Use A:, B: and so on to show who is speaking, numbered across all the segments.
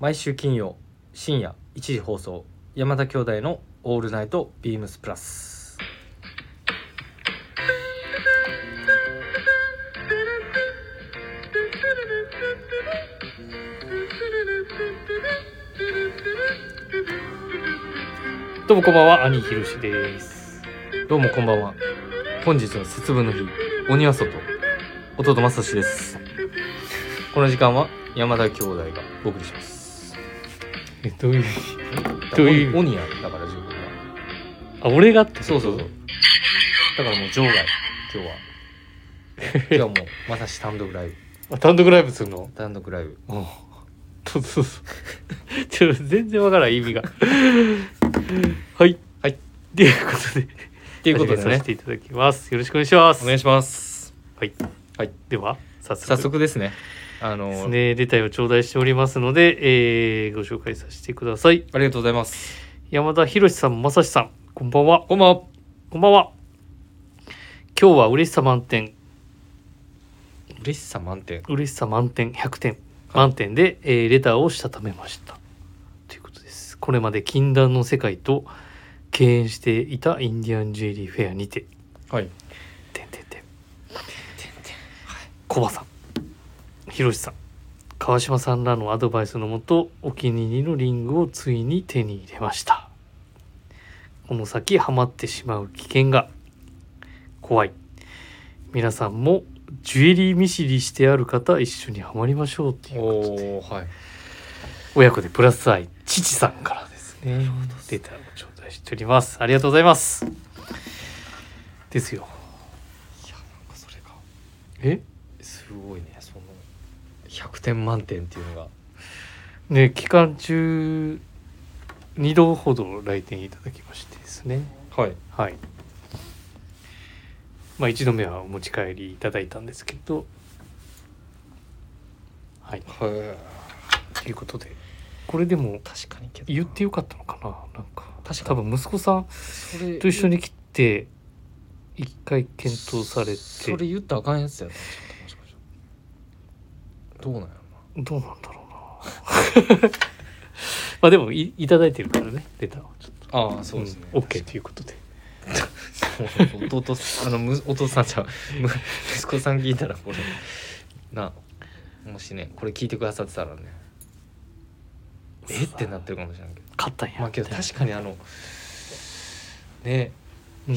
A: 毎週金曜深夜1時放送山田兄弟の「オールナイトビームスプラス」
B: どうもこんばんは兄ひろしです
A: どうもこんばんは本日は節分の日鬼は外弟正志ですこの時間は山田兄弟がお送りします
B: えどういうどういう
A: 鬼鬼やだから自分が
B: あ俺がって
A: そうそうそうだからもう場外 今日は今日はもう正志単独ライブ
B: あ単独ライブするの
A: 単独ライブ
B: うんそうそうそう ちょっと全然わからん意味がはい
A: はい
B: ということで
A: っていうことで
B: 始め
A: ね
B: させていただきますよろしくお願いします
A: お願いします
B: はい、
A: はい、
B: では早速
A: 早速ですねあの
B: ですねレターを頂戴しておりますので、えーご紹介させてください
A: ありがとうございます
B: 山田博さんまさしさんこんばんは
A: こんばんは
B: こんばんは今日は嬉しさ満点
A: 嬉しさ満点
B: 嬉しさ満点100点満点で、えーレターをしたためましたということですこれまで禁断の世界と敬遠していたインディアンジュエリーフェアにて
A: はい
B: てんてんてんコバさんひろしさん川島さんらのアドバイスのもとお気に入りのリングをついに手に入れましたこの先ハマってしまう危険が怖い皆さんもジュエリー見知りしてある方一緒にハマりましょうっていうことで
A: おーはい
B: 親子でプラス愛父さんからですねデータを頂戴しておりますありがとうございますですよ
A: それが
B: え
A: すごいねその100点満点っていうのが
B: ね期間中2度ほど来店いただきましてですね
A: はい
B: はいまあ1度目はお持ち帰りいただいたんですけどはい
A: はい
B: ということでこれでも
A: 確かにけど
B: 言ってよかったのかななんか
A: 確か
B: 多分息子さん
A: それ
B: と一緒に来て一回検討されて
A: それ言ったらあかんやつやったんちゃうかもしかしたらどうなんやろ
B: どうなんだろうな まあでもいいただいてるからねレターをちょっと
A: うなああそうですね、
B: ん OK ということで
A: 弟あのむ弟さんじゃうむ息子さん聞いたらこれなもしねこれ聞いてくださってたらねえってなってるかもしれないけど
B: 勝ったんや
A: まあけど確かにあのね
B: うん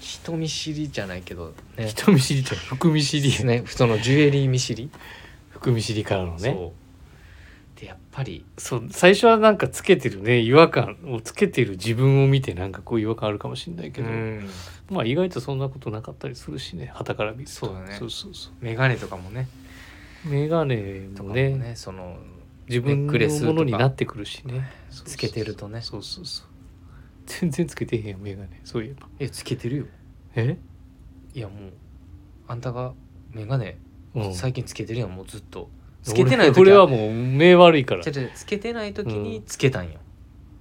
A: 人見知りじゃないけどね
B: 人見知りと福見知りや
A: ねそのジュエリー見知り、
B: 福見知りからのね
A: そうでやっぱり
B: そう最初はなんかつけてるね違和感をつけてる自分を見てなんかこう違和感あるかもしれないけど、
A: うん
B: まあ意外とそんなことなかったりするしね傍から見ると
A: そうだね
B: そうそうそう
A: 眼鏡とかもね
B: 眼鏡
A: とか
B: も
A: も
B: ね
A: ねその
B: 自分
A: ネッ
B: の
A: クレスとか
B: ものになってくるしねそうそうそう
A: つけてるとね
B: そうそうそう全然つけてへんよ眼鏡そういえば
A: えつけてるよ
B: え、
A: いやもうあんたが眼鏡
B: うん、
A: 最近つけてるやんもうずっとつけてない時
B: 俺俺はもう目悪いから
A: 違う違うつけてない時
B: う
A: に
B: ん
A: つけたんよ、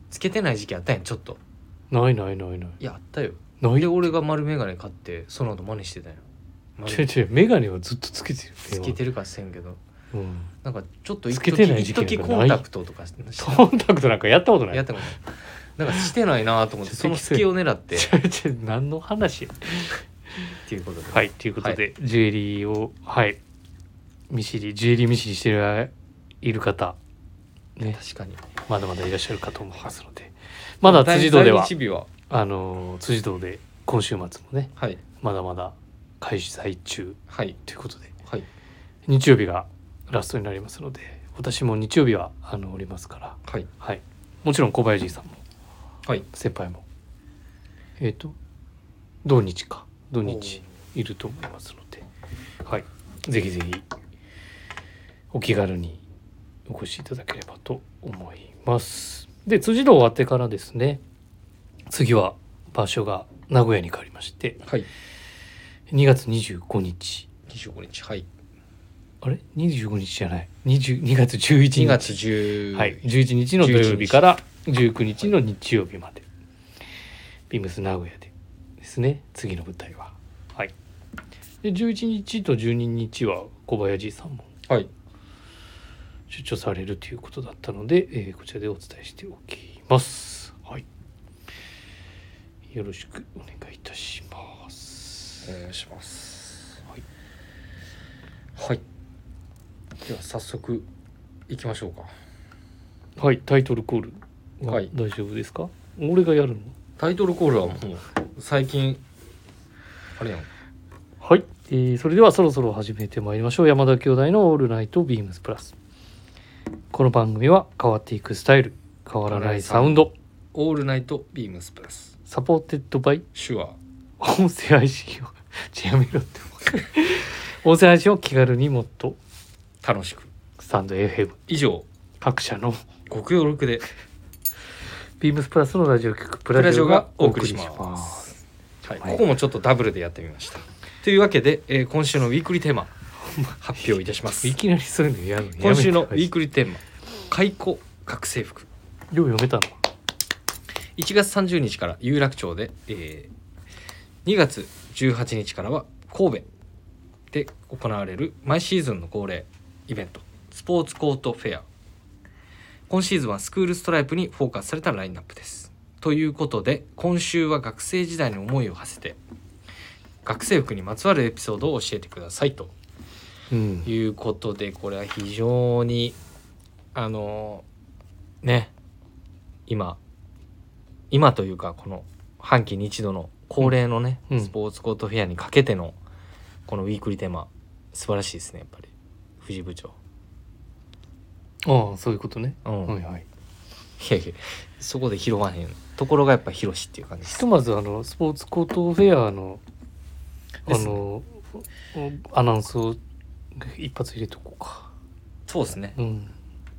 A: つけてない時期あったやんちょっと
B: ないないないない
A: いやあったよ
B: ない
A: で
B: よ
A: 俺が丸眼鏡買ってその後真似してたよ丸
B: 違う違う眼鏡はずっとつけてるよ
A: つけてるかせんけど
B: うん
A: なんかちょっと一
B: つけて
A: 時
B: ない
A: 一
B: 時期なんか
A: 時
B: ない
A: コンタクトとかして
B: コンタクトなんかやったことない
A: やったことないなんかしてないなと思ってその隙を狙ってっ
B: ちょちょ 何の話や
A: ていうことでは
B: はいということで、ジュエリーをはい見知りジュエリー見知りしてるいる方ね
A: 確かに
B: まだまだいらっしゃるかと思いますのでまだ辻堂では
A: 在日日は
B: あのー辻堂で今週末もね
A: はい
B: まだまだ開催中
A: はい
B: ということで
A: はい
B: 日曜日がラストになりますので私も日曜日はあのおりますから
A: はい
B: はいもちろん小林さんも
A: はい
B: 先輩もえっ、と土日か土日いると思いますのではいぜひぜひお気軽にお越しいただければと思いますで辻堂終わってからですね次は場所が名古屋に変わりまして
A: はい
B: 2月25日
A: 25日はい
B: あれ25日じゃない20 2月11日
A: 2月10
B: はい、11日の土曜日から19日の日曜日まで、ビームス名古屋でですね次の舞台ははいで11日と12日は小林さんも
A: はい
B: 出張されるということだったので、えーこちらでお伝えしておきます。はい。よろしくお願いいたします。
A: 願いします
B: はい
A: はいでは早速行きましょうか
B: はい、タイトルコールは
A: はい
B: 大丈夫ですか、俺がやるの
A: タイトルコールはもう最近あれやん
B: はい、えーそれではそろそろ始めてまいりましょう山田兄弟の「オールナイトビームスプラス」この番組は変わっていくスタイル変わらないサウンド
A: オールナイトビームスプラス
B: サポーテッドバイ
A: 手話
B: 音声配信を ちやめろって思う音声配信を気軽にもっと
A: 楽しく
B: スタンド FM
A: 以上
B: 各社の
A: ご協力で
B: ビームスプラスのラジオ局プ
A: プ
B: ラ
A: ラ
B: ジ
A: ジ
B: オ
A: オ
B: が
A: が
B: お
A: お送
B: 送り
A: り
B: し
A: し
B: ま
A: ますすはい、
B: はい
A: ここもちょっとダブルでやってみましたというわけで、えー今週のウィークリーテーマ発表いたします
B: いきなりそういうのやるのやめて
A: 今週のウィークリーテーマ「解雇覚醒服
B: よう読めたの」
A: 1月30日から有楽町で、えー2月18日からは神戸で行われる毎シーズンの恒例イベントスポーツコートフェア今シーズンはスクールストライプにフォーカスされたラインナップですということで今週は学生時代に思いを馳せて学生服にまつわるエピソードを教えてくださいと
B: うん
A: いうことでこれは非常にあのね今今というかこの半期に一度の恒例のね、
B: うん
A: スポーツコートフェアにかけてのこのウィークリーテーマ素晴らしいですねやっぱり藤井部長。
B: ああそういうことね、
A: うん
B: は
A: い
B: いはい
A: やいやそこで拾わへんところがやっぱ広しっていう感じで
B: ひ
A: す
B: と。まずあのスポーツコートフェアのあ
A: ですね
B: の、おアナウンスを一発入れとこうか、
A: そうですね
B: うん、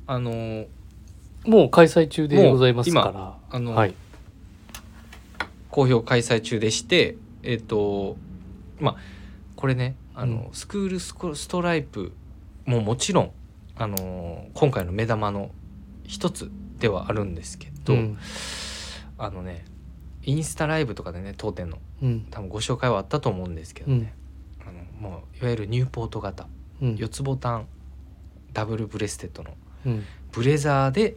A: あの
B: もう開催中でございますから
A: あの、
B: はい
A: 好評開催中でしてえっ、とまあこれねあの、スクールスコストライプももちろんあの今回の目玉の一つではあるんですけど、
B: うん
A: あのねインスタライブとかでね当店の
B: うん
A: 多分ご紹介はあったと思うんですけど
B: う
A: ね
B: ん、
A: あのもういわゆるニューポート型
B: うん
A: 四つボタンダブルブレステッドの
B: うん
A: ブレザーで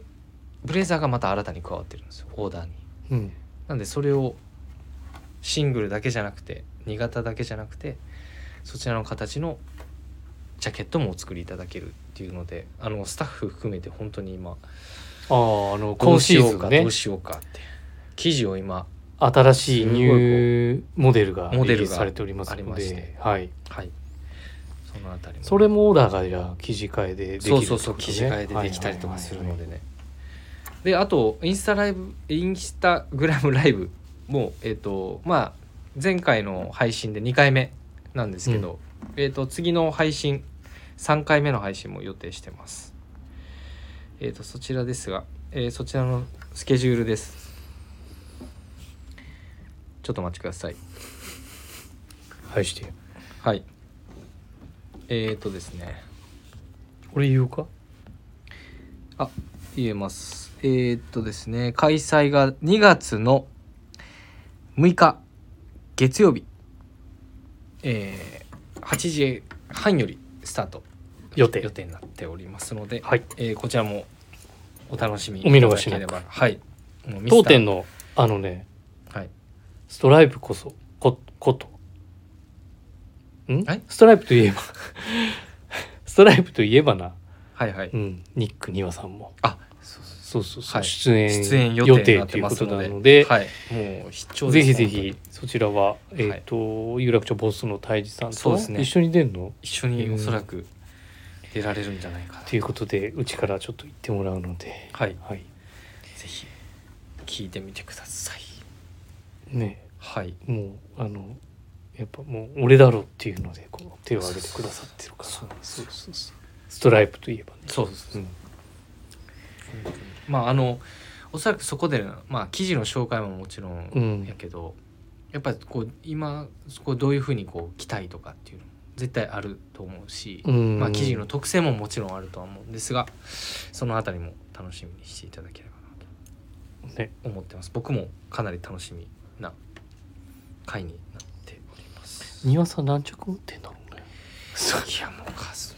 A: ブレザーがまた新たに加わってるんですよオーダーに。
B: うん
A: なんでそれをシングルだけじゃなくて2型だけじゃなくてそちらの形のジャケットもお作りいただけるっていうのであのスタッフ含めて本当に今
B: あああ
A: ど
B: の今
A: うし
B: シ
A: よ
B: ーズ
A: うか
B: ン
A: ど
B: ね
A: うしようかって記事を今、
B: 新しいニューモデルが
A: モ
B: リ
A: デ
B: リー
A: ルが
B: スされております
A: あり
B: の
A: まして
B: で、はい、
A: はい、そのあたりも
B: それもオーダーがじゃあ生地替えでできる
A: そうそうそう
B: って
A: 記
B: ことね
A: 事替えでできたりとかするので
B: はい
A: ねであとインスタライブインスタグラムライブもえっ、とまあ前回の配信で2回目なんですけど、えっ、と次の配信3回目の配信も予定してますえっ、とそちらですが、えーそちらのスケジュールですちょっとお待ちください
B: はいはいして
A: はいえっ、とですね
B: これ言うか
A: あ言えますえーっとですね開催が2月の6日月曜日えー8時半よりスタート
B: 予定
A: 予定になっておりますので、
B: はい
A: えーこちらもお楽しみ
B: お見逃しなく
A: いただければはいもうミスター
B: 当店のあのね
A: はい
B: ストライプこそこことん
A: はい
B: ストライプといえば ストライプといえばな、
A: はいはい、
B: うん、ニック・ニワさんも
A: あそうそう
B: そうそうそ
A: は
B: う、
A: い
B: 出演
A: 出演予
B: 予
A: 定にな
B: 定
A: っ
B: と
A: て
B: いう
A: ま
B: こ
A: す
B: とな
A: ので
B: ので、
A: はいもう必聴で
B: ぜ
A: す
B: ひぜ
A: 本当
B: ひ
A: に
B: そちらは、えっ、と、有楽町ボスの太一さん
A: そう
B: と
A: ですね
B: 一緒に出るの
A: 一緒におそらく出られるんじゃないかな、
B: ということで、うちからちょっと行ってもらうので、
A: はい
B: はい。
A: ぜひ聞いてみてください
B: ね、
A: はい
B: もう、あの、やっぱもう俺だろうっていうので、こう手を挙げてくださってるから、
A: そうそうそうそう
B: ストライプといえばね。、
A: そうそうそううんまああのおそらくそこで、まあ、記事の紹介ももちろ
B: うんん
A: やけど、やっぱりこう今こうどういうふうにこう来たいとかっていうのも絶対あると思うし、
B: うん
A: まあ、記事の特性ももちろんあるとは思うんですがそのあたりも楽しみにしていただければな
B: ね、
A: と思ってます僕もかなり楽しみな回になっておりますい
B: 庭さん何着持ってんだろうね。
A: やもう数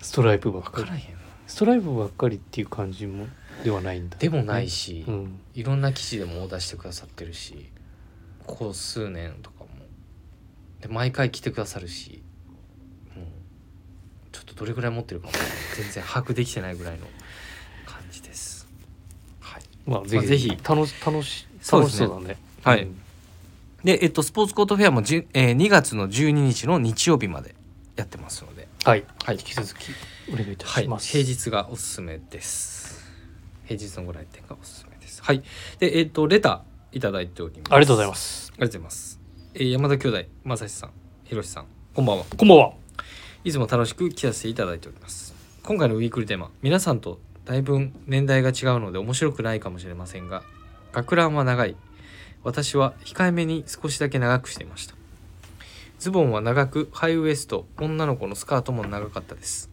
B: ストライプばっ
A: 分
B: か
A: から
B: り。
A: へん
B: スストライブばっかりっていう感じもではないんだ
A: でもないし、
B: うん
A: いろんな記事でもオーダーしてくださってるしここ数年とかもで毎回来てくださるしもうちょっとどれぐらい持ってるかも全然把握できてないぐらいの感じですはい
B: まあぜひ,、
A: ぜひ
B: 楽し楽し
A: そう
B: 楽
A: で
B: し
A: すね
B: そうだね
A: はい
B: うん
A: で、えっと、スポーツコートフェアもじゅ、えー2月の12日の日曜日までやってますので、
B: はい
A: はい
B: 引き続きお願いいた
A: はい、
B: し
A: 平
B: ます、
A: 日がおすすめです平日のご来店がおすすめですはいでえっとレターいただいております
B: ありがとうございます
A: ありがとうございます、えー山田兄弟正志さんひろしさんこんばんは
B: こんばんはい
A: つも楽しく聞かせていただいております今回のウィークリーテーマ皆さんとだいぶ年代が違うので面白くないかもしれませんが学ランは長い私は控えめに少しだけ長くしていましたズボンは長くハイウエスト女の子のスカートも長かったです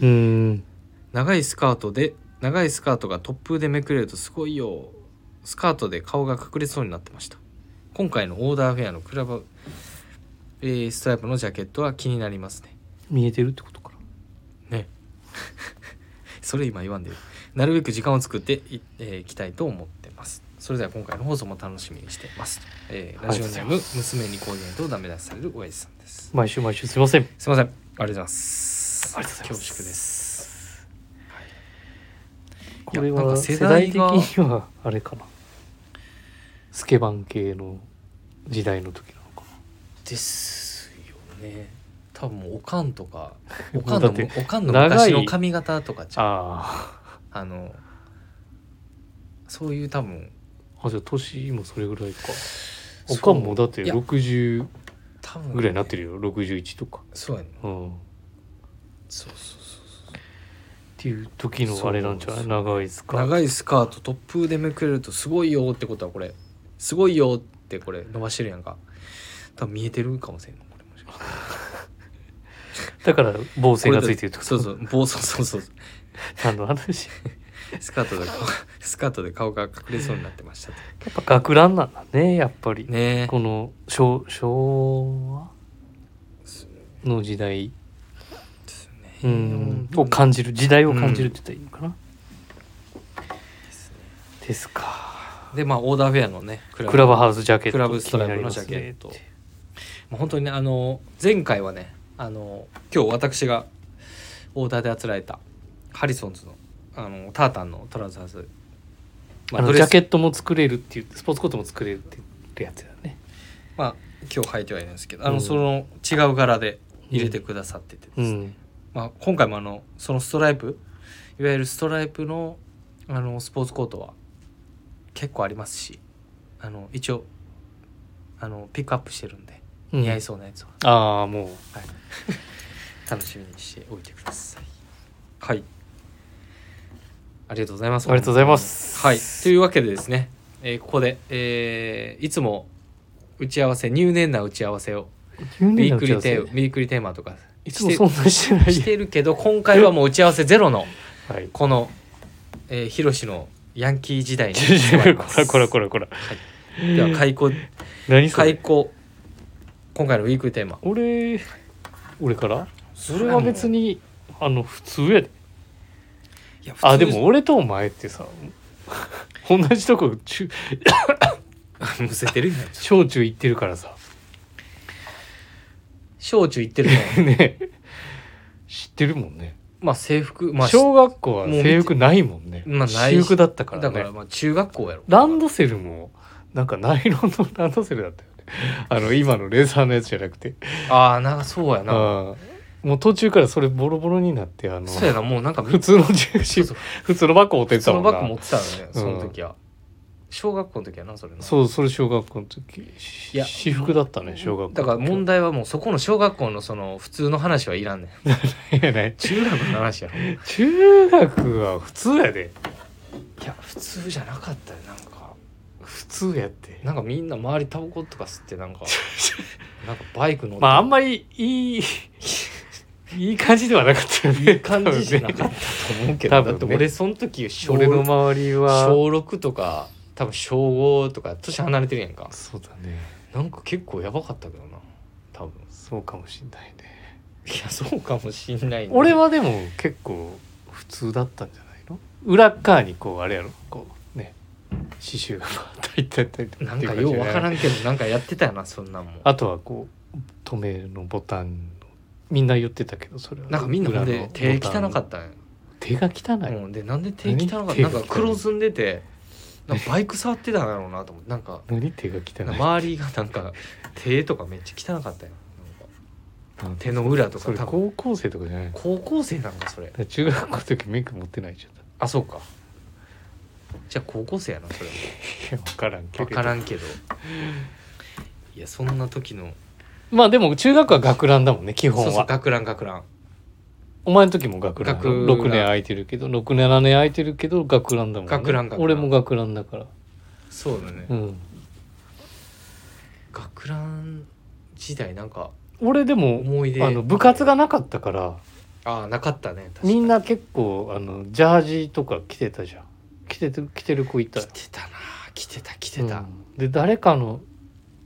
B: うーん
A: 長いスカートで長いスカートが突風でめくれるとすごいよスカートで顔が隠れそうになってました今回のオーダーフェアのクラブ、えーストライプのジャケットは気になりますね
B: 見えてるってことか
A: ね それ今言わんでよなるべく時間を作ってい、えーいきたいと思ってますそれでは今回の放送も楽しみにしています、えーラジオネ
B: あ
A: ー
B: り
A: ム
B: がとうございます
A: 娘にコーディネートをダメ出しされる親父さんです
B: 毎週毎週すいません
A: すいませんありがとうございます
B: ありがとうございます
A: 恐縮です
B: これ
A: なん
B: は
A: か
B: 世
A: 世代
B: 代的
A: が
B: にはあれかなスケバン系の時代の時なのか
A: ですよね多分もうおかんとか お
B: も
A: か
B: うん
A: の
B: だって
A: おかんの
B: 長い
A: 昔の髪型とかじ
B: な
A: ゃん
B: あ
A: あのそういう多分
B: ああじゃあ年もそれぐらいか
A: そ
B: お
A: う
B: かんもだって
A: いや
B: 60
A: 多分ね
B: ぐらいになってるよ61とか
A: そうやね
B: うんっ
A: そうそうそうそう
B: ていう時のあれなんじゃない長いですか
A: 長いスカート突風でめくれるとすごいよってことはこれすごいよってこれ伸ばしてるやんか多分見えてるかもしれんのこれもしかして
B: だから防線がついてるってこと
A: そうそう暴走そうそうそう
B: 何の話
A: スカートで顔 スカートで顔が隠れそうになってましたと
B: やっぱ学ランなんだねやっぱり、
A: ね
B: この昭昭和の時代、
A: です
B: う
A: ね
B: ん、
A: うん
B: を感じる時代を感じるって言ったらいいのかな、ですか
A: でまあオーダーフェアのねク
B: クラブハウスジャケッ
A: ク
B: ト
A: ラブストライプの
B: 気になりますね
A: ジャケットまあ、本当にねあの前回はねあの今日私がオーダーであつらえたハリソンズのあのタータンのトラウザーズ、まあ、
B: あの
A: ド
B: ジ
A: レ
B: ャ
A: ス
B: ケットも作れるっていうスポーツコートも作れるっていうやつだね
A: まあ今日履いてはいるんですけどあの、
B: うん
A: その違う柄で入れてくださっててです
B: う
A: ね、
B: ん
A: まあ、今回もあのそのストライプいわゆるストライプのあのスポーツコートは結構ありますしあの一応あのピックアップしてるんで
B: うん
A: 似合いそうなやつは、
B: ああもう
A: はい、楽しみにしておいてくださいはいありがとうございます
B: ありがとうございます
A: はいというわけでですね、えーここで、えーいつも打ち合わせ入念な打ち合わせを
B: ウ
A: ウィークリーテーウィークリーテーマとか
B: いつもそんな してないよ
A: してるけど今回はもう打ち合わせゼロの
B: はい
A: この、えー、ヒロシのヤンキー時代に迫り
B: こ
A: ま
B: ら
A: す
B: こらこらこら
A: では開講
B: 何そ
A: 開
B: れ
A: 講今回のウィークリーテーマ
B: 俺俺からそれは別にあの普通やで
A: いや普通
B: あでも俺とお前ってさ同じとこ中
A: むせてるやん
B: 小中行ってるからさ
A: 小中行ってるね
B: ね知ってるもんね、
A: まあ制服まあ
B: 小学校は
A: もう見て
B: 制服ないもんね、
A: まあないし
B: 私服だったからね
A: だからまあ中学校やろ
B: ランドセルもなんかナイロンのランドセルだったよねあの今のレーザーのやつじゃなくて
A: ああなんかそうや
B: あ
A: な
B: ーもう途中からそれボロボロになってあの
A: そうやなもうなんか
B: 普通の重心
A: そう
B: 普通のバッグ持ってって
A: そ
B: たも
A: の
B: んな
A: バッグ持ってたよね
B: うん
A: その時は、小学校の時はなそれな
B: そうそれ小学校の時
A: いや
B: 私服だったね小学校
A: だから問題はもうそこの小学校のその普通の話はいらんねん
B: 題やね
A: 中学の話 やろい
B: 中学は普通やで
A: や普通じゃなかったよなんか
B: 普通やって
A: なんかみんな周りタバコとか吸って なんかなんかバイク乗って
B: まああんまりいいいい感じではなかったよね
A: いい感じじゃなかったと思うけど、
B: 多
A: だ
B: 分ね
A: って俺その時小
B: 俺の周りは
A: 小6とか多分小5とか年離れてるやんか
B: そうだね
A: なんか結構やばかったけどな多分
B: そうかもしんないね
A: いやそうかもしんないね
B: 俺はでも結構普普通だったんじゃないの裏っ側にこうあれやろこうね刺繍がバーッと入ってあったりとか
A: な
B: っ
A: ん
B: てい
A: か
B: 感じ
A: よ
B: じ
A: う
B: ゃな
A: わ
B: い
A: からんけどなんかやってたよなそんなんも
B: あとはこう止めのボタンみんな言ってたけどそれは
A: なんかみんなほん
B: 裏
A: で
B: の
A: 手
B: ボタン
A: 汚かったんや
B: 手が汚い、
A: うん、でなんで手汚かった
B: 何
A: なんか黒ずんでてなんかバイク触ってたんだろうなと思ってなんか
B: 何手が汚い
A: 周りがなんか手とかめっちゃ汚かったよなんか
B: なん
A: 手の裏と
B: そ
A: か
B: れ
A: 多分
B: 高校生とかじゃないのだか
A: 高校生なんかそれ
B: ら中学校の時メイク持ってないじゃんだ
A: あそうかじゃあ高校生やなそ れは
B: って分からんけれ
A: 分
B: ど
A: からんけどいやそんな時の
B: まあでも中学は学ランだもんね基本
A: そ
B: は
A: うそう学ラン学ラン
B: お前の時も学ラン
A: 学ラン
B: 6年空いてるけど6年7年空いてるけど学ランだもんね
A: 学ラン学ラン
B: 俺も学ランだから
A: そうだね、
B: うん
A: 学ラン時代なんか
B: 俺でも
A: 思い出
B: あの部活がなかったから
A: ああなかったね確かに
B: みんな結構あのジャージとか着てたじゃん着てて着てる子いた
A: 来てたな来てた来てた、
B: うんで誰かの、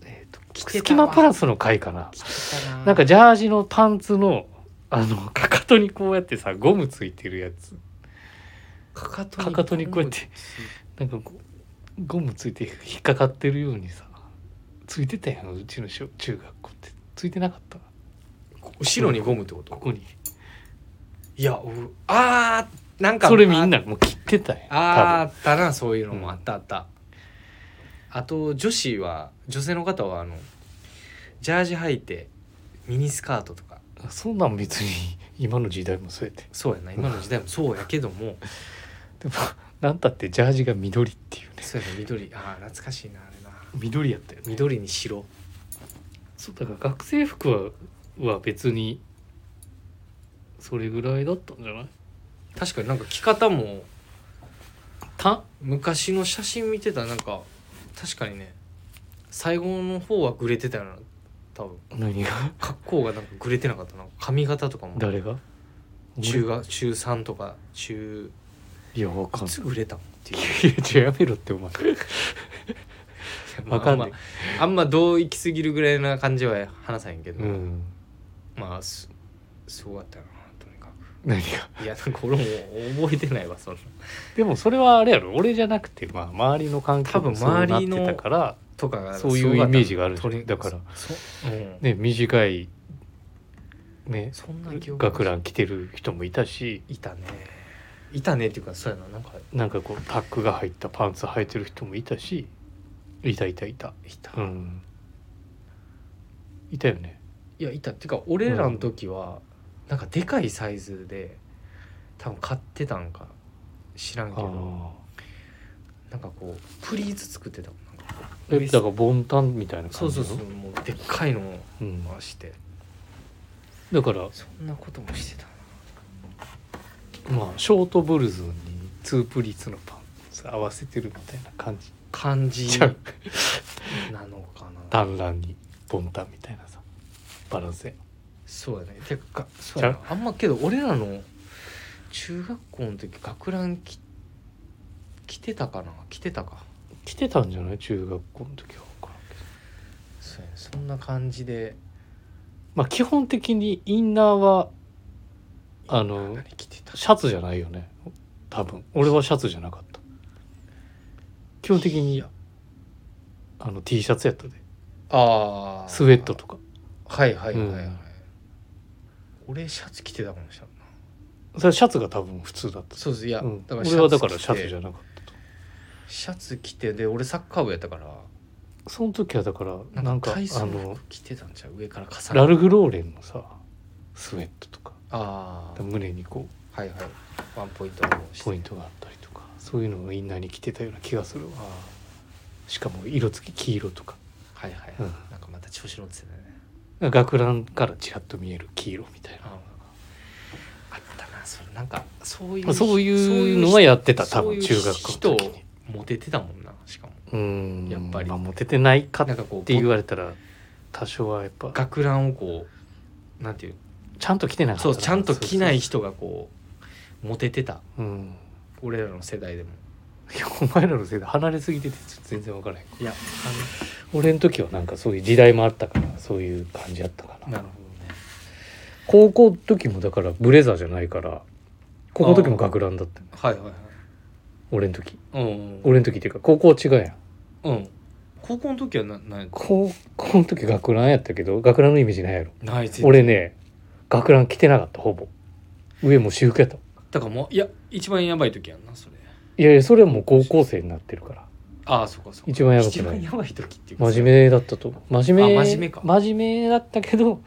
B: えーと
A: 着てたわ
B: スキマプラスの回かな
A: 来てたな
B: なんかジャージのパンツのあのかかとにこうやってさゴムついてるやつ
A: かかと
B: かかとにこうやってなんかこうゴムついて引っかかってるようにさついてたやんうちの小中学校ってついてなかった
A: 後ろにゴムってこと
B: ここに
A: いや俺あーなんか
B: それみんなもう切ってたやん
A: あーあ
B: 多分
A: ったなそういうのもあったあった、あと女子は女性の方はあのジャージ履いてミニスカートとか
B: そんなん別に今の時代もそうやって
A: そうやな今の時代もそうやけども
B: でもなんたってジャージが緑っていうね
A: そうやな緑ああ懐かしいなあれな
B: 緑やったよね
A: 緑に白
B: そうだから学生服はは別にそれぐらいだったんじゃない
A: 確かになんか着方も
B: た
A: 昔の写真見てたらなんか確かにね最後の方はグレてたよな多分
B: 何が
A: 格好がなんかグレてなかったな髪型とかも
B: 誰が
A: 中学中3とか中
B: いやわかん
A: い
B: ない
A: つ売れたのっていう
B: いやちょやめろってお前わかんない
A: まああんま同行きすぎるぐらいな感じは話さへんけど、
B: うん
A: まあすすごかったよなとにか
B: 何が
A: くいやなんか俺も覚えてないわその
B: でもそれはあれやろ俺じゃなくてまあ周りの環境
A: 多分
B: もそうな
A: 周
B: っ
A: りの
B: てたから
A: とかが
B: そういう
A: すごかった
B: イメージがあるんじゃん
A: とに
B: だから
A: そそ,、うん
B: ね短いね
A: そんな記憶
B: 学ラン着てる人もいたし
A: いたねいたねっていうかそうやななんか
B: なんかこうタックが入ったパンツ履いてる人もいたしいたいたいた
A: いた、
B: うんいたよね
A: いやいたっていうか俺らの時は、なんかでかいサイズで多分買ってたんか知らんけ
B: あ
A: ど
B: あ
A: なんかこうプリーズ作ってたもんなんかこう
B: えだからボンタンみたいな
A: そ
B: 感
A: う
B: じ
A: そ
B: な
A: う
B: の
A: そうもうでっかいのを
B: うん
A: 回して
B: だから
A: そんなこともしてたな
B: まあショートブルズにツープリーツのパンツ合わせてるみたいな感じ
A: 感じ
B: ちゃう
A: なのかな
B: 単乱にボンタンみたいなさバランスや
A: そうやねてかそうやな
B: ち
A: あんまけど俺らの中学校の時学ランき着てたかな着てたか
B: 着てたんじゃない中学校の時は分からんけど
A: そうやねそんな感じで
B: まあ基本的にインナーはあの
A: 何着てた
B: シャツじゃないよね多分俺はシャツじゃなかった基本的にあの T シャツやったで
A: ああ
B: スウェットとか
A: はいはいはいはい、
B: うん
A: 俺シャツ着てたかもしれんない
B: それシャツが多分普通だった
A: そうですいや、
B: うん、
A: だから
B: 俺はだからシャ
A: 着
B: ツ
A: て
B: じゃなかったと
A: シャツ着てで俺サッカー部やったから
B: その時はだから
A: な
B: なんん
A: か
B: か
A: 体
B: あ
A: 操
B: の
A: 服着てたんちゃう上から重
B: ラ
A: ねて
B: ルフ・ローレンのさスウェットとか
A: ああ
B: 胸にこう
A: はいはいワンポイントの
B: ポイントがあったりとかそういうのがインナーに着てたような気がするわしかも色付き黄色とか
A: はいはい、
B: うん
A: なんかまた調子乗ってたね
B: 学ランからちらっと見える黄色みたい
A: ああったなそれなんかそうい
B: な
A: う
B: そういうのはやってた多分中学校
A: の
B: の時に
A: モテてたもんなしかも
B: うん
A: やっぱり
B: まあモテてないかっ
A: なん
B: て
A: かこう
B: 言われたら多少はやっぱ
A: 学ランをこうなんていう
B: ちゃんと着てなかった
A: そ
B: な
A: うちゃんと着ない人がこうモテてた
B: うん
A: 俺らの世代でも
B: いやお前らのせいで離れすぎててちょっと全然分からへん
A: いや
B: 俺の時はなんかそういう時代もあったからそういう感じあったかな
A: なるほどね
B: 高校の時もだからブレザーじゃないから高校の時も学ランだった
A: はいはいはい
B: 俺の時
A: うん
B: 俺の時っていうか高校は違うや
A: う
B: ん
A: ん高校の時はなない
B: 高校の時学ランやったけど学ランのイメージないやろ
A: ないぜ
B: 俺ね学ラン着てなかったほぼ上もう私服やった
A: だからもういや一番やばい時やんなそれ
B: いやいやそれはもう高校生になってるから
A: ああそうかそうか
B: 一番やばくない
A: 一番やばい時っていうか
B: 真面目だったと真面目
A: あ真面目か
B: 真面目だった けど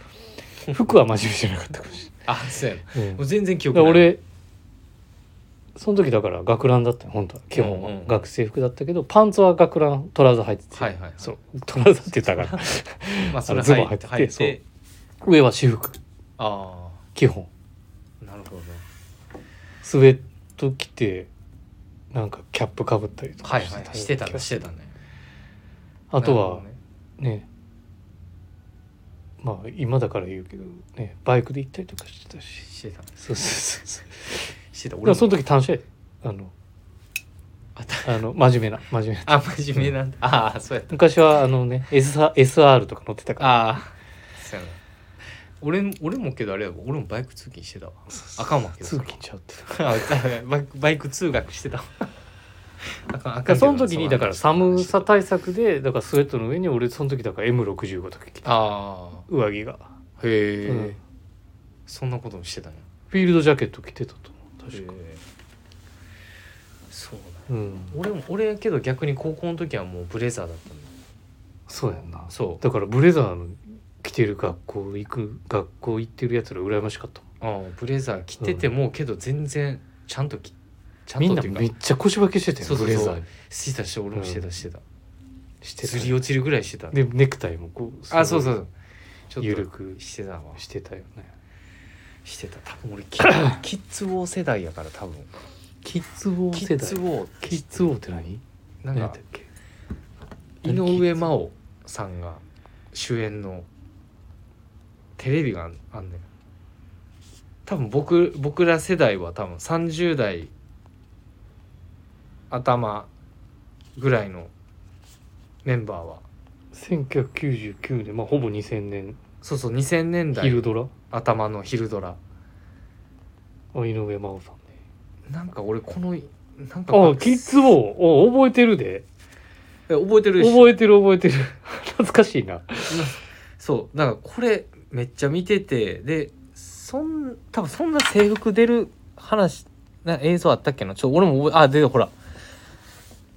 B: 服は真面目じゃなかったかもし
A: あそうやな
B: れない、うん
A: もう全然記
B: だ
A: 憶
B: から
A: ない
B: 俺その時だから学ランだったよ本当は基本は、
A: うんうん
B: 学生服だったけどパンツは学ラントラウザー履いてて、
A: はいはいはい
B: そうトラウザーって言った から
A: まあそれ
B: ズボン
A: 入って
B: 入
A: 入
B: っ
A: ってて
B: 上は私服
A: あ
B: 基本
A: あなるほど
B: スウェット着てなんかキャップかぶったりと
A: は
B: か
A: いはいしてたねしてたね
B: あと
A: なる
B: は
A: ほどね
B: ねまあ今だから言うけどねバイクで行ったりとかしてたし
A: してたね
B: そうそうそうそう
A: してた
B: でも
A: 俺
B: その
A: も
B: 時単車やあの
A: あた
B: あの真面目な真面目な
A: あ真面目なんだああそうやった
B: 昔はあのね SR, SR とか乗ってたから
A: ああそうやな俺も俺もけどあれやわ俺もバイク通勤してたわあかんわけど
B: 通勤ちゃうって
A: あバイクバイク通学してたわ あかんあ
B: だか
A: からん
B: その時にだから寒さ
A: あ
B: 対策でだからスウェットの上に俺その時だから M65 とか着て
A: あ
B: 上着が
A: ーへえ、
B: うん
A: そんなこともしてたね
B: フィールドジャケット着てたと思う確か、
A: へーそうだ
B: うん
A: 俺も俺けど逆に高校の時はもうブレザーだったんだ
B: そうやんな
A: そ
B: だからブレザーの着てる学校行く学校行ってるやつら羨ましかったもん
A: う、うん、ブレザー着てても、けど全然ちゃんときちゃん
B: み
A: と
B: ん
A: っ
B: な
A: ていうか
B: めっちゃ腰掛けしてた
A: そ
B: よ
A: うそ
B: ブ
A: うそう
B: レザー
A: してたしてた俺もしてたしてた
B: して
A: ず
B: た
A: り落ちるぐらいしてた
B: でネクタイもこう
A: あそうそう
B: す
A: そうちょっと
B: 緩く
A: してたわ
B: ごいしてたよね
A: してた多分俺キ ッキッズ王世代やから多分
B: キッズ王
A: キ
B: 世
A: ッ
B: 代
A: ズ王
B: キッズ王って何
A: なん
B: 何やっ
A: か
B: たっけ
A: 井上真央さんが主演のテレビがあんあんねん多分僕僕ら世代は多分30代頭ぐらいのメンバーは
B: 1999年まあほぼ2000年
A: そうそう2000年
B: ヒル
A: 代
B: ドラ
A: 頭の昼ドラ
B: あ井上真央さんね
A: なんか俺このなんか
B: あキッズ王お覚えてるで
A: え覚えてるでしょ
B: 覚えてる覚えてる 懐かしいな
A: そうだからこれめっちゃ見ててでそん多分そんな制服出る話な映像あったっけなちょっと俺も覚えあでほら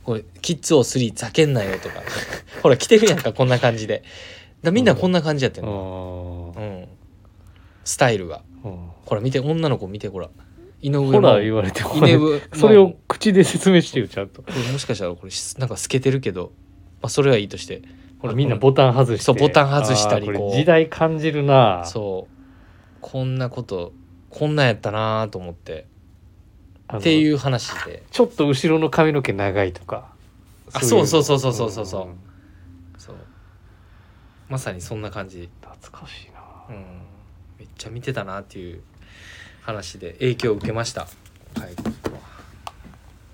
A: これ「キッズを3ざけんなよ」とか ほら着てるやんかこんな感じでだからみんなこんな感じやって
B: あ
A: んの、う
B: ー
A: ん、スタイルが
B: うん
A: ほら見て女の子見てほら井上
B: ほら
A: 井
B: 言われてほら
A: 上
B: それを口で説明してよちゃんと
A: これもしかしたらこれなんか透けてるけど、まあ、それはいいとしてほら
B: みんなボタン外して
A: そうボタン外したり
B: あー
A: こ
B: こ
A: う
B: れ時代感じるな
A: そうこんなことこんなんやったなと思って
B: あの
A: っていう話で
B: ちょっと後ろの髪の毛長いとか
A: あ
B: いの
A: そうそうそうそうそうそう
B: うん
A: そうまさにそんな感じ、
B: 懐かしいな
A: うん、めっちゃ見てたなっていう話で影響を受けましたはい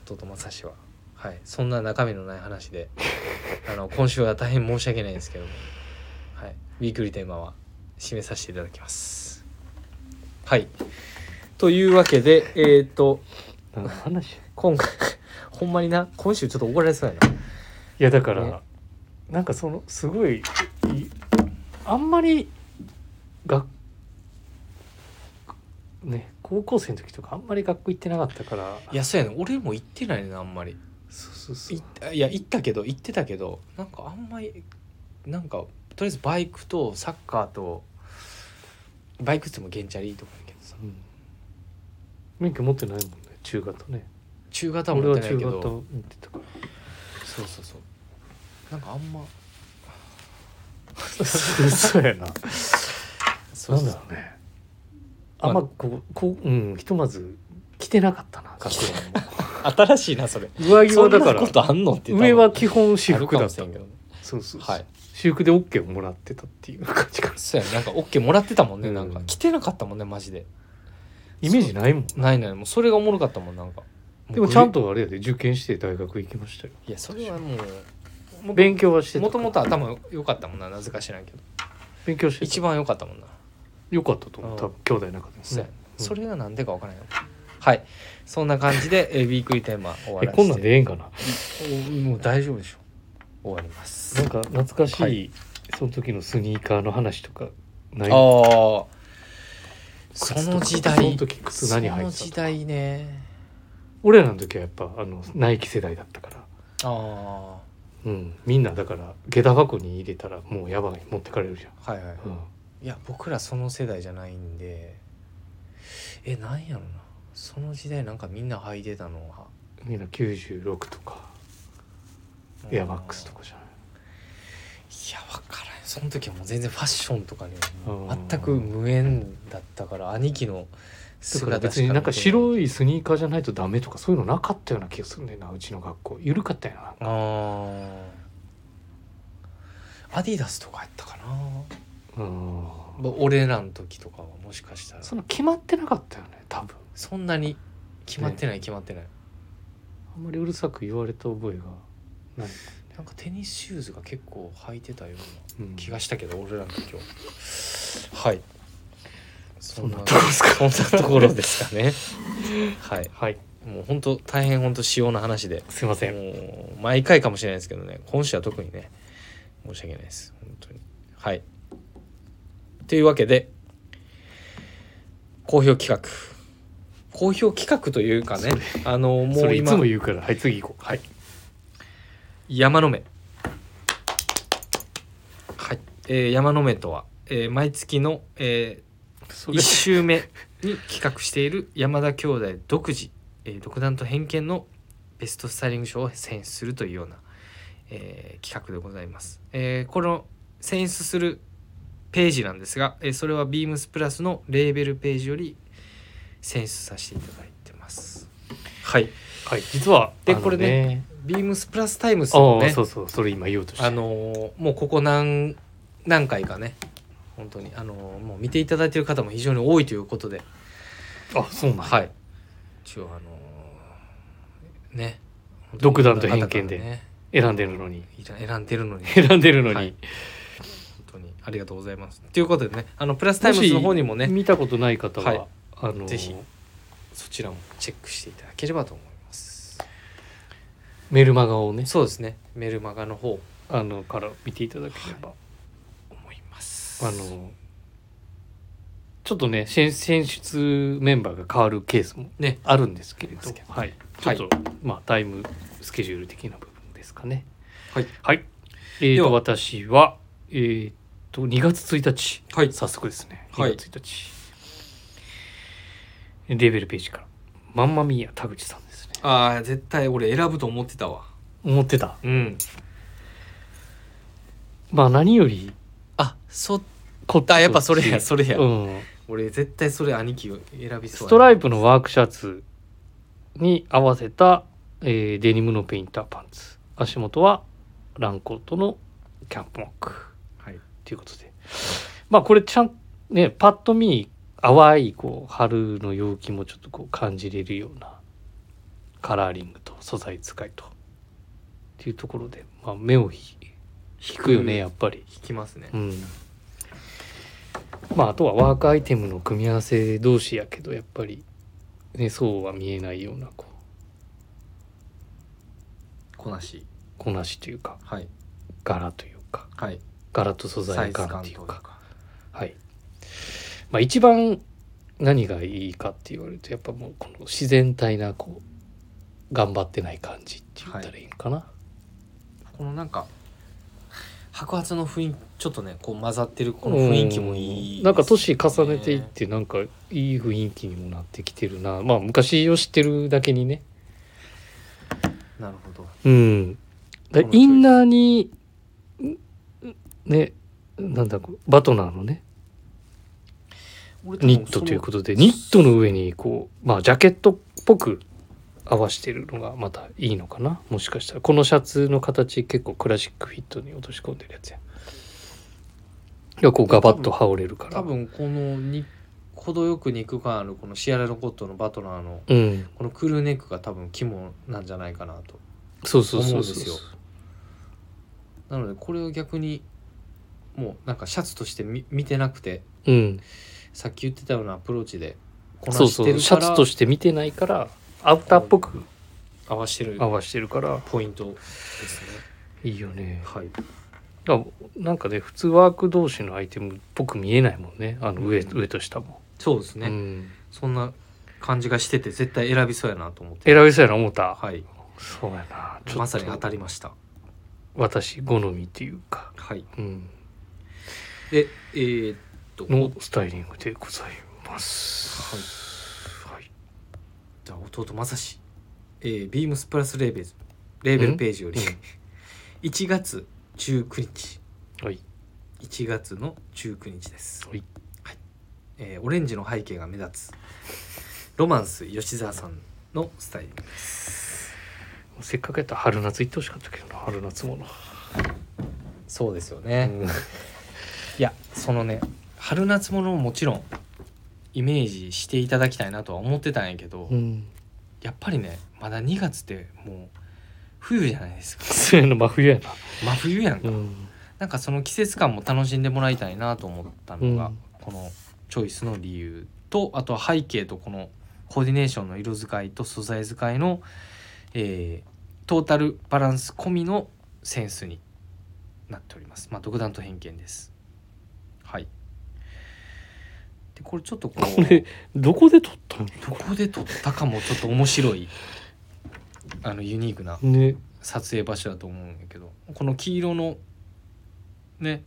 A: 弟正志ははいそんな中身のない話 であの今週は大変申し訳ないんですけども、はい、ウィークリーテーマは締めさせていただきますはいというわけでえっ、と
B: 何の話い
A: 今回 ほんまにな今週ちょっと怒られそうやな
B: やだから、
A: ね
B: なんかそのすごいいあんまり学ね高校生の時とかあんまり学校行ってなかったから
A: いやそうやね俺も行ってないねんなあんまり
B: そうそうそう
A: いいや行ったけど行ってたけどなんかあんまりなんかとりあえずバイクとサッカーとバイクっつってもゲンチャリとかやけどさ
B: うん免許持ってないもんね中型ね
A: 中型は
B: 俺
A: 持っ
B: は
A: てない
B: 中
A: け
B: 型
A: ど
B: 持ってたから
A: そうそうそうなんかあんま
B: 嘘や な
A: そ
B: な
A: うんそう
B: だろうねあんまこうこううんひとまず着てなかったな学
A: 新しいなそれ
B: ランも上着
A: そ
B: は
A: んな
B: だから
A: ことあんのって
B: 上は基本私服だった
A: あるかもしれんけど
B: そうそうそう
A: はい
B: 私服で OK をもらってたっていう感じかな
A: そうやねなんか OK もらってたもんね
B: うん
A: なんか着てなかったもんねマジで
B: イメージないもん
A: ないないもうそれがおもろかったもんなんか
B: でもちゃん
A: と
B: とあれやで受験して大学行きましたよ
A: いやそれはもう
B: 勉強はしてた
A: もともと頭良かったもんななぜか知らんけど
B: 勉強して
A: 一
B: た
A: 番良かったもんな、
B: よかったと思う多分兄弟の中でも
A: そうや
B: ね
A: それがなんでか分からんよはいそんな感じで、えー、ウィークリーテーマ終わ
B: え
A: らせて
B: こんなんでええんかな
A: おもう大丈夫でしょ終わります
B: なんか懐かしい、
A: はい
B: その時のスニーカーの話とかな
A: あ
B: い
A: あ
B: 靴
A: そ
B: と
A: の
B: か
A: 時
B: その
A: 代
B: 時靴何履いてた
A: そ
B: の
A: の時代ね
B: 俺らの時はやっぱあのナイキ世代だったから、
A: あ
B: うん、みんなだから下駄箱に入れたらもうやばい持ってかれるじゃ
A: あはいはい
B: ん、うん、
A: いや僕らその世代じゃないんでえなんやろなその時代なんかみんな履いてたのは
B: みんな96とかエアマックスと
A: か
B: かじゃない
A: いや分からんその時はもう全然ファッションとかにはもう
B: うん
A: 全く無縁だったから兄貴の
B: だから
A: 姿
B: 別になんか
A: い
B: 白いスニーカーじゃないとダメとかそういうのなかったような気がするんだよなうちの学校緩かったよな
A: あーアディダスとかやったかな
B: うん
A: ぼ俺らの時とかはもしかしたら
B: その決まってなかったよね多分
A: そんなに決まってない決まってない、
B: あんまりうるさく言われた覚えがない、
A: なんかテニスシューズが結構履いてたような
B: うん、
A: 気がしたけど俺らの時ははいそ
B: んなとこです
A: かそんなところですかねはい
B: はい
A: もう本当大変本当仕様な話です
B: いません
A: もう毎回かもしれないですけどね今週は特にね申し訳ないです本当にはいというわけで好評企画好評企画というかねあのも
B: そうれいつ
A: 今
B: も言うからはい次行こうはい
A: 山の目はい、えー山の目とは、えー毎月の、え
B: そ
A: 1週目に企画している山田兄弟独自、えー独断と偏見のベストスタイリング賞を選出するというような、えー企画でございます、えーこの選出するページなんですが、えーそれはビームスプラスのレーベルページより選出させていただいてますはい
B: はい実は
A: で
B: あの
A: これねビームスプラスタイムス
B: あ
A: の
B: あ、
A: ね
B: そうそうそれ今言おうとして
A: あのーもうここ何何回かね本当にあのーもう見ていただいている方も非常に多いということで、
B: あそうなん
A: はい、一応あのーね
B: 独断と偏見で
A: いろんな方からね
B: 選んでるのに
A: いら選んでるのに本
B: 選んでるのに、
A: はい当にありがとうございますということでねあのプラスタイムズの方にもね
B: 見たことない方は、
A: はい
B: あの
A: ぜひそちらもチェックしていただければと思います
B: メルマガをね
A: そうですねメルマガの方
B: あのから見ていただければ、
A: 思います
B: あのちょっとね選選出メンバーが変わるケースも
A: ね
B: あるんですけれ
A: あり
B: ど
A: ますけ、ど
B: はい、ちょ
A: は
B: っ
A: い
B: と、まあタイムスケジュール的な部分ですかね
A: はい
B: はいえー、
A: では
B: と私はえー、と2月1日、
A: はい
B: 早速ですね
A: はい
B: 2月1日、レベルページからまんまみーや田口さんですね
A: あー絶対俺選ぶと思ってたわ
B: 思ってた
A: うん
B: まあ何より
A: あそ
B: こっちと
A: あやっぱそれや
B: 違う
A: それや
B: うん、
A: 俺絶対それ兄貴を選びそう
B: ストライプのワークシャツに合わせた、えーデニムのペインターパンツ足元はランコートのキャンプモック
A: はい
B: ということでまあこれちゃんねパッと見淡いこう春の陽気もちょっとこう感じれるようなカラーリングと素材使いとっていうところで、まあ、目をひ引くよねやっぱり。
A: 引きますね
B: うんまああとはワークアイテムの組み合わせ同士やけどやっぱり、ね、そうは見えないようなこう
A: こなし
B: こなしというか
A: はい
B: 柄というか
A: はい
B: 柄と素
A: サ
B: 材
A: イズ
B: の柄
A: 感
B: と
A: と
B: い
A: いうう
B: か
A: か
B: はいまあ一番何がいいかって言われるとやっぱもうこの自然体なこう頑張ってない感じって言ったらいいんかな、
A: このなんか白髪の雰囲気ちょっとねこう混ざってるこの雰囲気もいい、
B: うんなんか年重ねていってなんかいい雰囲気にもなってきてるなまあ昔を知ってるだけにね
A: なるほど
B: うん。だ
A: このチョイス
B: インナーに、んんね、なんだこう、バトナーのね、
A: 俺多分
B: ニットということで、ニットの上にこう、まあ、ジャケットっぽく合わしてるのがまたいいのかな。もしかしたら、このシャツの形結構クラシックフィットに落とし込んでるやつや。いや、こうガバッと羽織れる
A: そ
B: か
A: の
B: ら。
A: 多分このに程よく肉感あるこのシアラロコットのバトナーの
B: うん。
A: このクルーネックが多分肝なんじゃないかなと
B: そうそう
A: 思
B: そううんそう
A: ですよなのでこれを逆にもうなんかシャツとして見見てなくて
B: うん。
A: さっき言ってたようなアプローチでこな
B: そう
A: して
B: そ
A: るから
B: うシャツとして見てないからアウターっぽく
A: 合わしてる
B: 合わしてるから
A: ポイントですね
B: いいよね
A: はい
B: だからなんかね普通ワーク同士のアイテムっぽく見えないもんねあの上,、
A: うん
B: 上と下も、
A: そうです
B: ね
A: ね、そんな感じがしてて絶対選びそうやなと思って
B: 選びそうやな思った、
A: はい
B: そうやな
A: まさに当た
B: り
A: りました
B: 私好みっていうか、
A: はい
B: うん、
A: でえーっと
B: のスタイリングでございますはい、
A: じゃあ弟正志、えー、ビームスプラスレーベルレーベルページより
B: うん
A: 1月19日
B: はい
A: 1月の19日です、
B: はい
A: はいえーオレンジの背景が目立つロマンス吉澤さんのスタイリング
B: せっかくやったら春夏行ってほしかったけどな春夏もの、
A: そうですよね、いやそのね春夏ものももちろんイメージしていただきたいなとは思ってたんやけど、
B: うん、
A: やっぱりねまだ2月ってもう冬じゃないですか
B: そういうの真冬やな、
A: 真冬やんか、
B: ん、
A: なんかその季節感も楽しんでもらいたいなと思ったのが、
B: うん
A: このチョイスの理由とあとは背景とこのコーディネーションの色使いと素材使いの、えートータルバランス込みのセンスになっております。まあ独断と偏見です。はい。でこれちょっとこ
B: これ
A: う
B: どこで撮った
A: どこで撮ったかもちょっと面白いあのユニークな
B: のね
A: 撮影場所だと思うんだけどこの黄色のね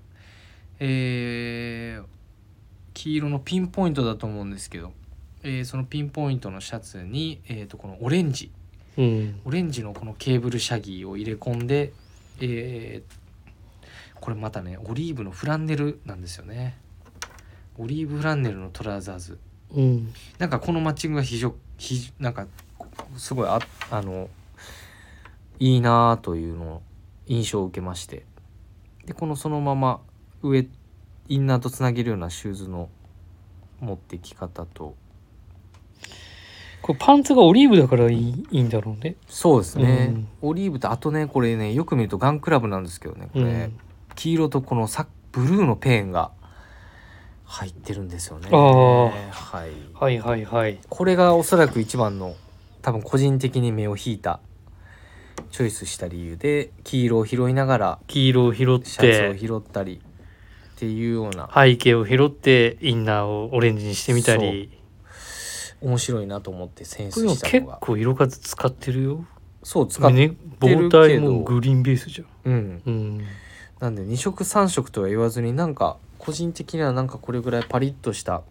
A: えー黄色のピンポイントだと思うんですけど、えーそのピンポイントのシャツに、えー、とこのオレンジ
B: うん
A: オレンジのこのケーブルシャギーを入れ込んで、えーこれまたねオリーブのフランネルなんですよねオリーブフランネルのトラウザーズ
B: うん
A: なんかこのマッチングが非常非なんかすごいああのいいなあというのを印象を受けましてでこのそのまま上インナーとつなげるようなシューズの持ってき方と
B: これパンツがオリーブだからいいいいんだろうね
A: そうですね、オリーブとあとねこれねよく見るとガンクラブなんですけどねこれ、
B: うん
A: 黄色とこのさブルーのペンが入ってるんですよね
B: あー
A: はい
B: はいはいはい
A: これがおそらく一番の多分個人的に目を引いたチョイスした理由で黄色を拾いながら
B: 黄色を拾っ
A: シャツを
B: て
A: 拾ったりっていうような
B: 背景を拾ってインナーをオレンジにしてみたり
A: 面白いなと思ってセン
B: こ
A: ス
B: れも
A: した
B: 結
A: のが
B: 構色数使ってるよ
A: そう使っ、て
B: ね
A: るけど
B: 棒体もグリーンベースじゃん
A: うん
B: うん
A: なんで2色3色とは言わずになんか個人的にはなんかこれぐらいパリッとした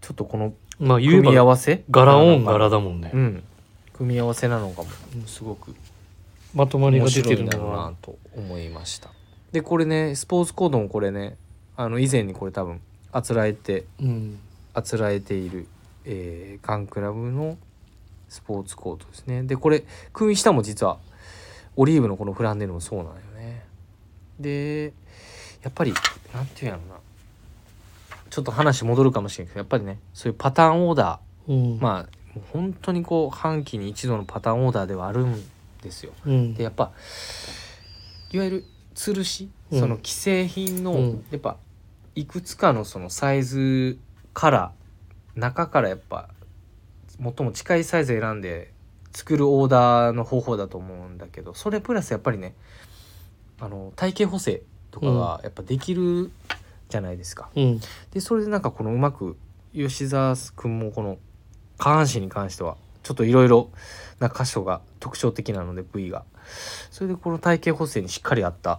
A: ちょっとこの
B: まあ言え
A: 組み合
B: ば
A: わせ
B: 柄オン
A: なのか
B: 柄だもんね
A: うん組み合わせなのかもすごく
B: まとまりが
A: 面
B: 出
A: 白
B: て
A: い
B: る
A: んだろ
B: の
A: う
B: は
A: なと思いましたでこれねスポーツコードもこれねあの以前にこれ多分あつらえて
B: うん
A: あつらえている、えー、ガンクラブのスポーツコートですねでこれ組下も実はオリーブのこのフランネルもそうなんよねでやっぱりなんていうんやろなちょっと話戻るかもしれんけどやっぱりねそういうパターンオーダー
B: うん
A: まあもう本当にこう半期に一度のパターンオーダーではあるんですよ
B: うん
A: でやっぱいわゆる吊るし、
B: うん
A: その既製品の、
B: うん
A: やっぱいくつかのそのサイズから中からやっぱ最も近いサイズ選んで作るオーダーの方法だと思うんだけどそれプラスやっぱりねあの体型補正とかがやっぱできるじゃないですか。
B: うん
A: でそれでなんかこのうまく吉沢君もこの下半身に関してはちょっといろいろな箇所が特徴的なので部位がそれでこの体型補正にしっかり合った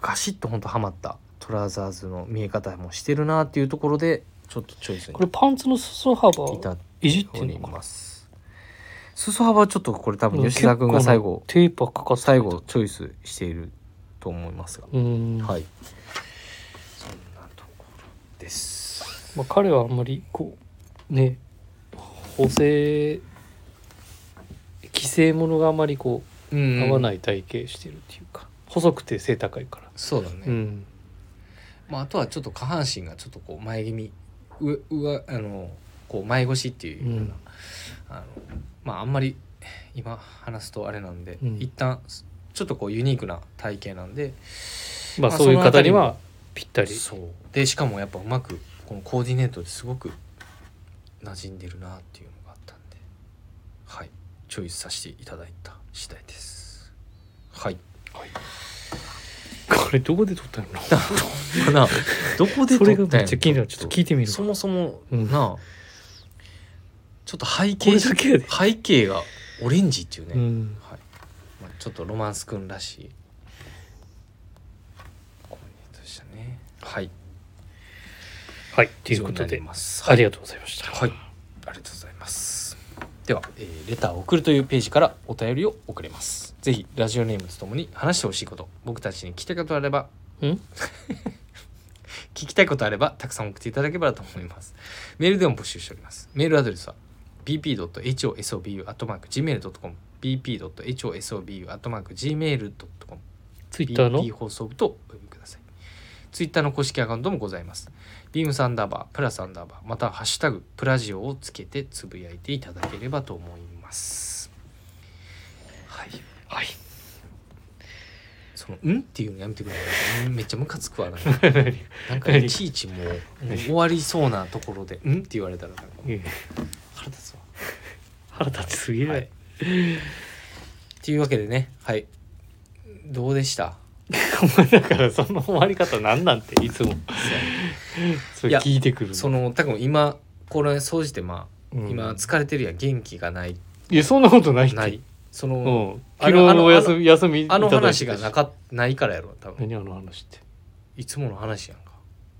A: ガシッとほんとはまったトラウザーズの見え方もしてるなっていうところでちょっとチョイスに
B: これパンツの裾幅
A: 至って
B: いじって
A: お
B: んの
A: り
B: かな
A: ます裾幅はちょっとこれ多分吉
B: 結
A: 沢
B: 構
A: 君
B: な
A: が最後
B: テーパーかかってた
A: 最後チョイスしていると思いますが、
B: うん
A: はいそんなところです
B: まあ、彼はあんまりこうね補正規制ものがあまりこう合
A: 合
B: わ
A: い
B: ない体型してるっていうか、細くて背高いから、
A: そうだね、
B: うん
A: まあ、あとはちょっと下半身がちょっとこう前気味う上あのこう前腰っていうような、
B: うん
A: あのまああんまり今話すとあれなんで、
B: うん
A: 一旦ちょっとこうユニークな体型なんで
B: まあ
A: まあ
B: そういう
A: そのあた
B: 方
A: り
B: に
A: も
B: はぴったり
A: そうでしかもやっぱうまくこのコーディネートですごく馴染んでるなっていうのがあったんではいチョイスさせていただいた次第ですはい
B: これど こで撮ったの
A: などこで
B: そ
A: 撮
B: れ
A: っ
B: が
A: た
B: め
A: ん
B: っちゃ
A: や
B: 気になるちょっと聞いてみる
A: そもそも、
B: うん
A: なあちょっと背
B: こ
A: 景
B: れだけやで、
A: 背景がオレンジっていうね、
B: うん
A: はいまあ、ちょっとロマンスくんらしいコメントでしたねはい
B: はいということ
A: 以上にな
B: で
A: ります
B: ありがとうございました
A: はい、ありがとうございます。では、えーレターを送るというページからお便りを送れます。ぜひラジオネームとともに話してほしいこと、僕たちに聞きたいことあれば、
B: うん
A: 聞きたいことあればたくさん送っていただければと思います。メールでも募集しております。メールアドレスは bp.hosobu.gmail.com bp.hosobu.gmail.com
B: ツイッターの
A: BP 放送部とお呼びください。ツイッターの公式アカウントもございます。ビームサンダーバー、プラサンダーバー、またはハッシュタグ、プラジオをつけてつぶやいていただければと思います。はい。
B: はい
A: その、んっていうのやめてくれない。んめっちゃムカつくわな。なんか
B: 何
A: いちいちもうもう終わりそうなところで、んって言われたらなんかもう腹立つわ。
B: 腹立ちすぎる、
A: はい。というわけでね、はい。どうでした
B: お前だからその終わり方なんなんていつも そ
A: い
B: れ
A: や
B: 聞いてくるの
A: その多分今これ総じてまあ、
B: うん
A: 今疲れてるやん元気がない
B: いやそんなことないって
A: ないその、
B: うん
A: あ
B: 昨日
A: の
B: のお休
A: あの
B: み休みい
A: あ
B: ただ
A: の
B: いてたし
A: 話がなかないからやろ多分
B: 何あの話って
A: いつもの話やんか、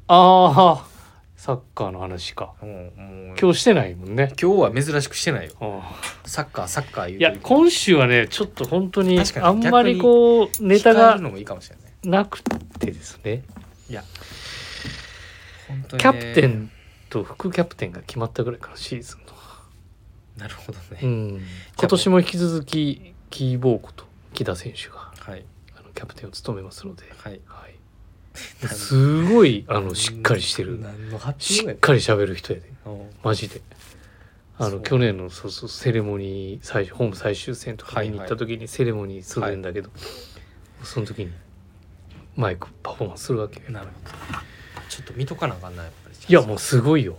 B: ああサッカーの話か
A: うん、もう
B: 今日してないもんね
A: 今日は珍しくしてないよ
B: あ
A: サッカーサッカー言
B: ー
A: う
B: いや今週はねちょっと本当に
A: 確か
B: あ
A: に
B: んまりこうネタ
A: 控える
B: が
A: のもいいかもしれないね
B: なくてですね
A: いや本当に
B: キャ
A: ね
B: プテンと副キャプテンが決まったぐらいからシーズンの、
A: なるほどね、
B: うん、今年も引き続きキーボーこと木田選手が
A: はい
B: あのキャプテンを務めますので、
A: はい
B: はい、すごいあのしっかりしてる
A: 何の発
B: し
A: 表
B: っ
A: や
B: かり喋る人やで
A: うん
B: マジであ
A: そ
B: の
A: う
B: 去年のそうそうセレモニー最終ホーム最終戦とか見に行った時にセレモニーするんだけど、その時にマイクパフォーマンスするわけよ
A: なるほどちょっと見とかなあかんなやっぱり
B: いやもうすごいよ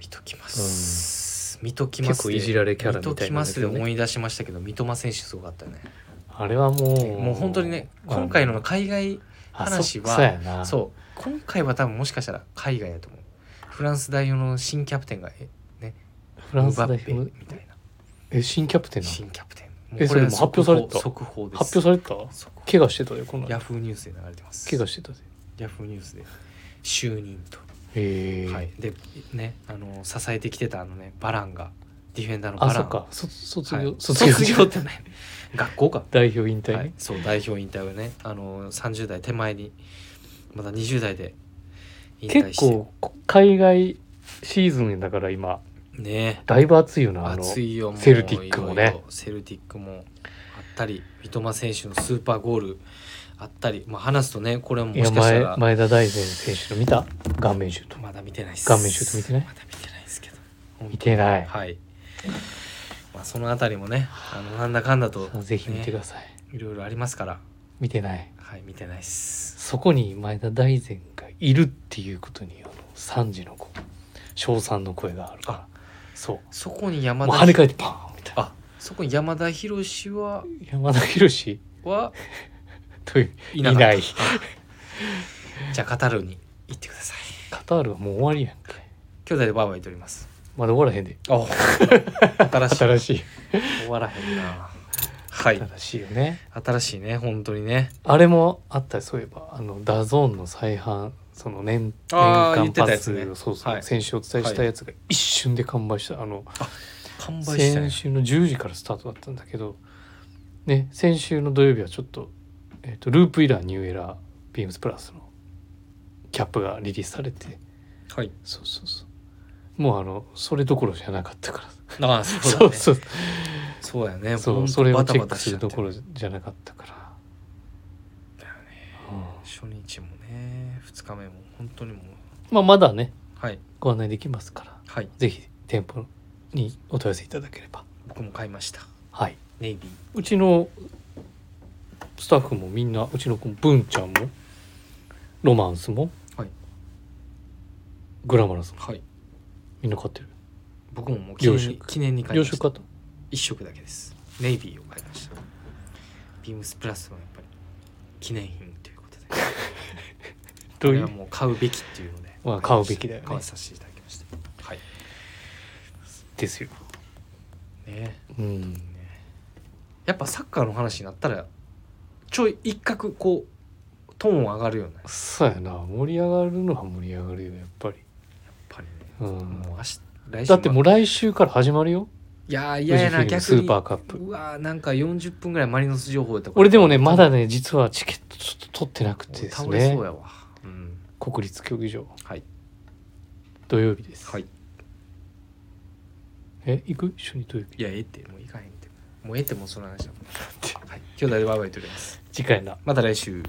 A: 見ときます、見ときます
B: 結構いじられキャラみたいな
A: 見ときますで思い出しましたけど三笘選手すごかったよね
B: あれはもう
A: もう本当にね
B: あ
A: 今回の海外
B: あ
A: 話は
B: そそうやな
A: そう今回は多分もしかしたら海外やと思うフランス代表の新キャプテンがえ
B: フラ
A: ム
B: ンス
A: バ
B: 代
A: ッペみ
B: 表
A: たいな
B: え新キャプテンなの
A: 新キャプテン
B: え
A: こは
B: それもう発表された
A: 速報です
B: 発表された
A: 速報
B: 怪我してたでこの
A: ヤフーニュースで流れてます
B: 怪我してたで
A: ヤフーニュースで就任と、
B: へえ、
A: はいでねあの支えてきてたあのねバランがディフェンダーのバラ
B: あ
A: ン
B: そっかそ卒業、
A: はい
B: 卒業
A: 卒業ってね学校か
B: 代表引退ね、
A: はい、そう代表引退をねあの30代手前にまだ20代で引退
B: 結
A: して
B: 構こ海外シーズンだから今
A: ね
B: だいぶ暑いよなあの
A: 熱いよもう
B: セルティックもね
A: いろいろセルティックもあったり三笘選手のスーパーゴールあったり、まあ、話すとねこれもも
B: いや
A: しかした
B: 前
A: ら
B: 前田大然選手の見た顔面シュート
A: まだ見てないです
B: 顔面シュート見てない
A: まだ見てないですけど
B: 見てない、
A: はい、まあ、そのあたりもねあのなんだかんだと、
B: そうぜひ見てください、
A: いろいろありますから
B: 見てない
A: はい見てないです
B: そこに前田大然がいるっていうことにあの3時の子称賛の声があるから
A: あ
B: そ
A: そこに
B: う
A: 山
B: もう
A: 田
B: 跳ね返ってパーンみたいな
A: あそこに山田博士は
B: 山田宏
A: は
B: という
A: い
B: い
A: な
B: な
A: かった
B: い
A: じゃあカタールに行ってください
B: カタールはもう終わりやんけ
A: 兄弟でバーバー言っております
B: まだ終わらへんで
A: あ新しい
B: 新しい
A: 終わらへんなはい
B: 新しいよね
A: 新しいね本当にね
B: あれもあったよそういえばあのダゾーンの再販その年年
A: あー言
B: 間
A: ってた
B: パ
A: や
B: ス
A: つ
B: を、
A: ね
B: そうそう、
A: はい
B: 先週お伝えしたやつが一瞬で完売した、あの
A: 完売した
B: 先
A: ね
B: 週の10時からスタートだったんだけど、ね、先週の土曜日はちょっと,、えー、とループイラーニューエラービームスプラスのキャップがリリースされて
A: はい
B: そうそうそうもうあのそれどころじゃなかったから、
A: ああそうだ
B: そう
A: ねそ
B: そう
A: うやね
B: そ
A: ほん
B: う
A: と
B: それを
A: バタ
B: チェ
A: バ
B: ック
A: タ
B: す
A: しちゃ
B: る
A: って
B: どころじゃなかったから
A: だよね
B: うん
A: 初日もね2日目も本当にもう
B: まあまだね
A: はい
B: ご案内できますから
A: はい
B: ぜひ店舗にお問い合わせいただければ。
A: 僕も買いました
B: はい。
A: ネイビー
B: うちのスタッフもみんな、うちの子も文ちゃんも、ロマンスも、
A: はい
B: グラマラスも、
A: はい
B: みんな買ってる
A: 僕ももう記念
B: 洋
A: に
B: 食
A: 記念に買い
B: 洋
A: まし
B: 食
A: た
B: 買った
A: 1色だけですネイビーを買いましたビームスプラスもやっぱり記念品ということでこ
B: どう
A: れ
B: い
A: は
B: う
A: もう買うべきっていうので
B: まあ買うべきだよね
A: 買わさせていただきましたはい
B: ですよ
A: ね
B: うん
A: やっぱサッカーの話になったらちょい一角こうトーン上がるよねやっ
B: そうやな盛り上がるのは盛り上がるよやっぱり
A: ぱりね、
B: うん
A: もう明日来週
B: だってもう来週から始まるよ
A: いやー
B: 富
A: 嫌
B: 士
A: や
B: フ
A: な
B: ィルム
A: 逆
B: ス
A: に
B: ーパーカップ
A: うわーなんか40分ぐらいマリノス情報とか
B: 俺でもねまだね実はチケットちょっと取ってなくてです
A: 倒れ
B: ね
A: そうやわうん
B: 国立競技場
A: はい
B: 土曜日です、
A: はい
B: え行く一緒に土曜日
A: いやええってもういかへんってもうええってもうその話だもんはい兄弟でバイバイとります
B: 次回な
A: また来週